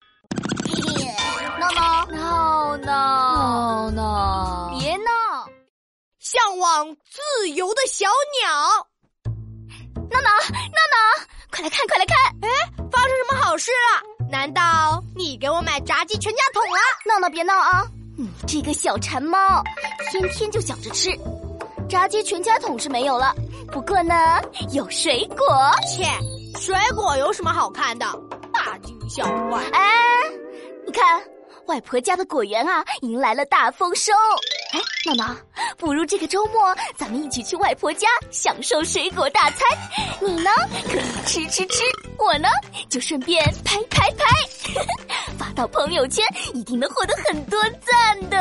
哦像自由的小鸟。闹闹，闹闹，快来看，快来看！哎，发生什么好事了？难道你给我买炸鸡全家桶了、啊？闹闹，别闹啊！你、嗯、这个小馋猫，天天就想着吃。炸鸡全家桶是没有了，不过呢，有水果。切，水果有什么好看的？大惊小怪！哎，你看，外婆家的果园啊，迎来了大丰收。哎，闹闹，不如这个周末咱们一起去外婆家享受水果大餐。你呢，可以吃吃吃；我呢，就顺便拍拍拍， 发到朋友圈，一定能获得很多赞的。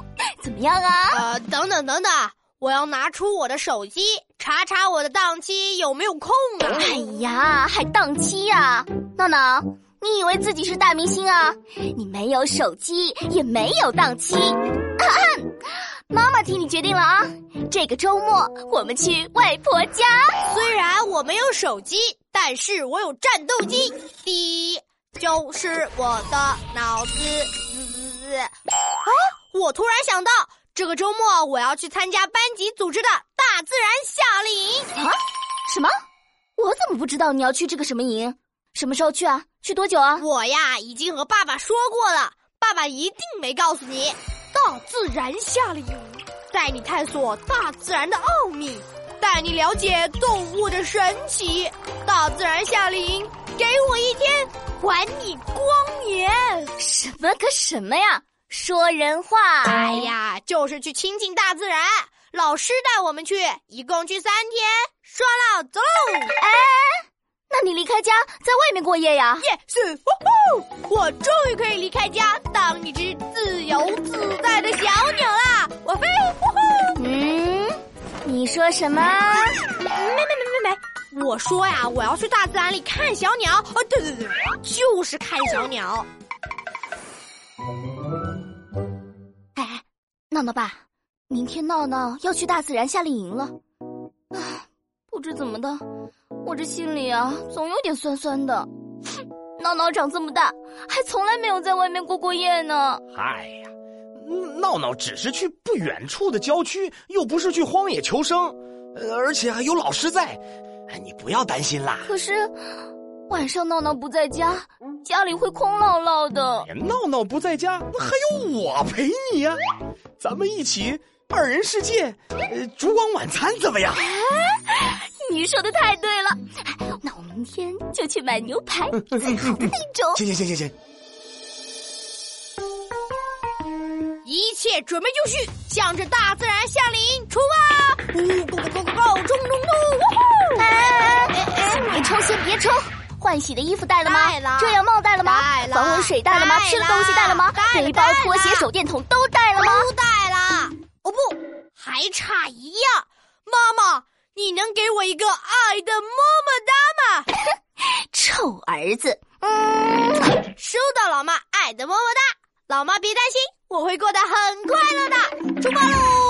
怎么样啊？呃，等等等等。我要拿出我的手机查查我的档期有没有空啊！哎呀，还档期呀、啊！闹闹，你以为自己是大明星啊？你没有手机，也没有档期。 妈妈替你决定了啊！这个周末我们去外婆家。虽然我没有手机，但是我有战斗机。第一就是我的脑子。滋滋滋！啊！我突然想到。这个周末我要去参加班级组织的大自然夏令营啊！什么？我怎么不知道你要去这个什么营？什么时候去啊？去多久啊？我呀，已经和爸爸说过了，爸爸一定没告诉你。大自然夏令营，带你探索大自然的奥秘，带你了解动物的神奇。大自然夏令营，给我一天，还你光年！什么个什么呀？说人话！哎呀，就是去亲近大自然。老师带我们去，一共去三天。说了，走喽！哎，那你离开家，在外面过夜呀？夜是呼呼！我终于可以离开家，当一只自由自在的小鸟啦！我飞！呼呼！嗯，你说什么？没没没没没，我说呀，我要去大自然里看小鸟。哦，对对对，就是看小鸟。闹闹爸，明天闹闹要去大自然夏令营了，唉，不知怎么的，我这心里啊总有点酸酸的。闹闹长这么大，还从来没有在外面过过夜呢。哎呀，闹闹只是去不远处的郊区，又不是去荒野求生，呃而且还有老师在，哎你不要担心啦。可是晚上闹闹不在家，家里会空落落的。闹闹不在家，还有我陪你呀、啊。咱们一起二人世界，呃，烛光晚餐怎么样？哎、你说的太对了，那我明天就去买牛排，最好 的那种。行行行行行，一切准备就绪，向着大自然夏令营出发！Go go go go go！冲冲冲！哎哎哎！别冲，先别冲。换洗的衣服带了吗？带了遮阳帽带了吗？带了防蚊水带了吗？带了吃的东西带了吗？带了背包、拖鞋、手电筒都带了吗？都带了。哦不，还差一样。妈妈，你能给我一个爱的么么哒吗？臭儿子。嗯，收到老妈爱的么么哒。老妈别担心，我会过得很快乐的。出发喽！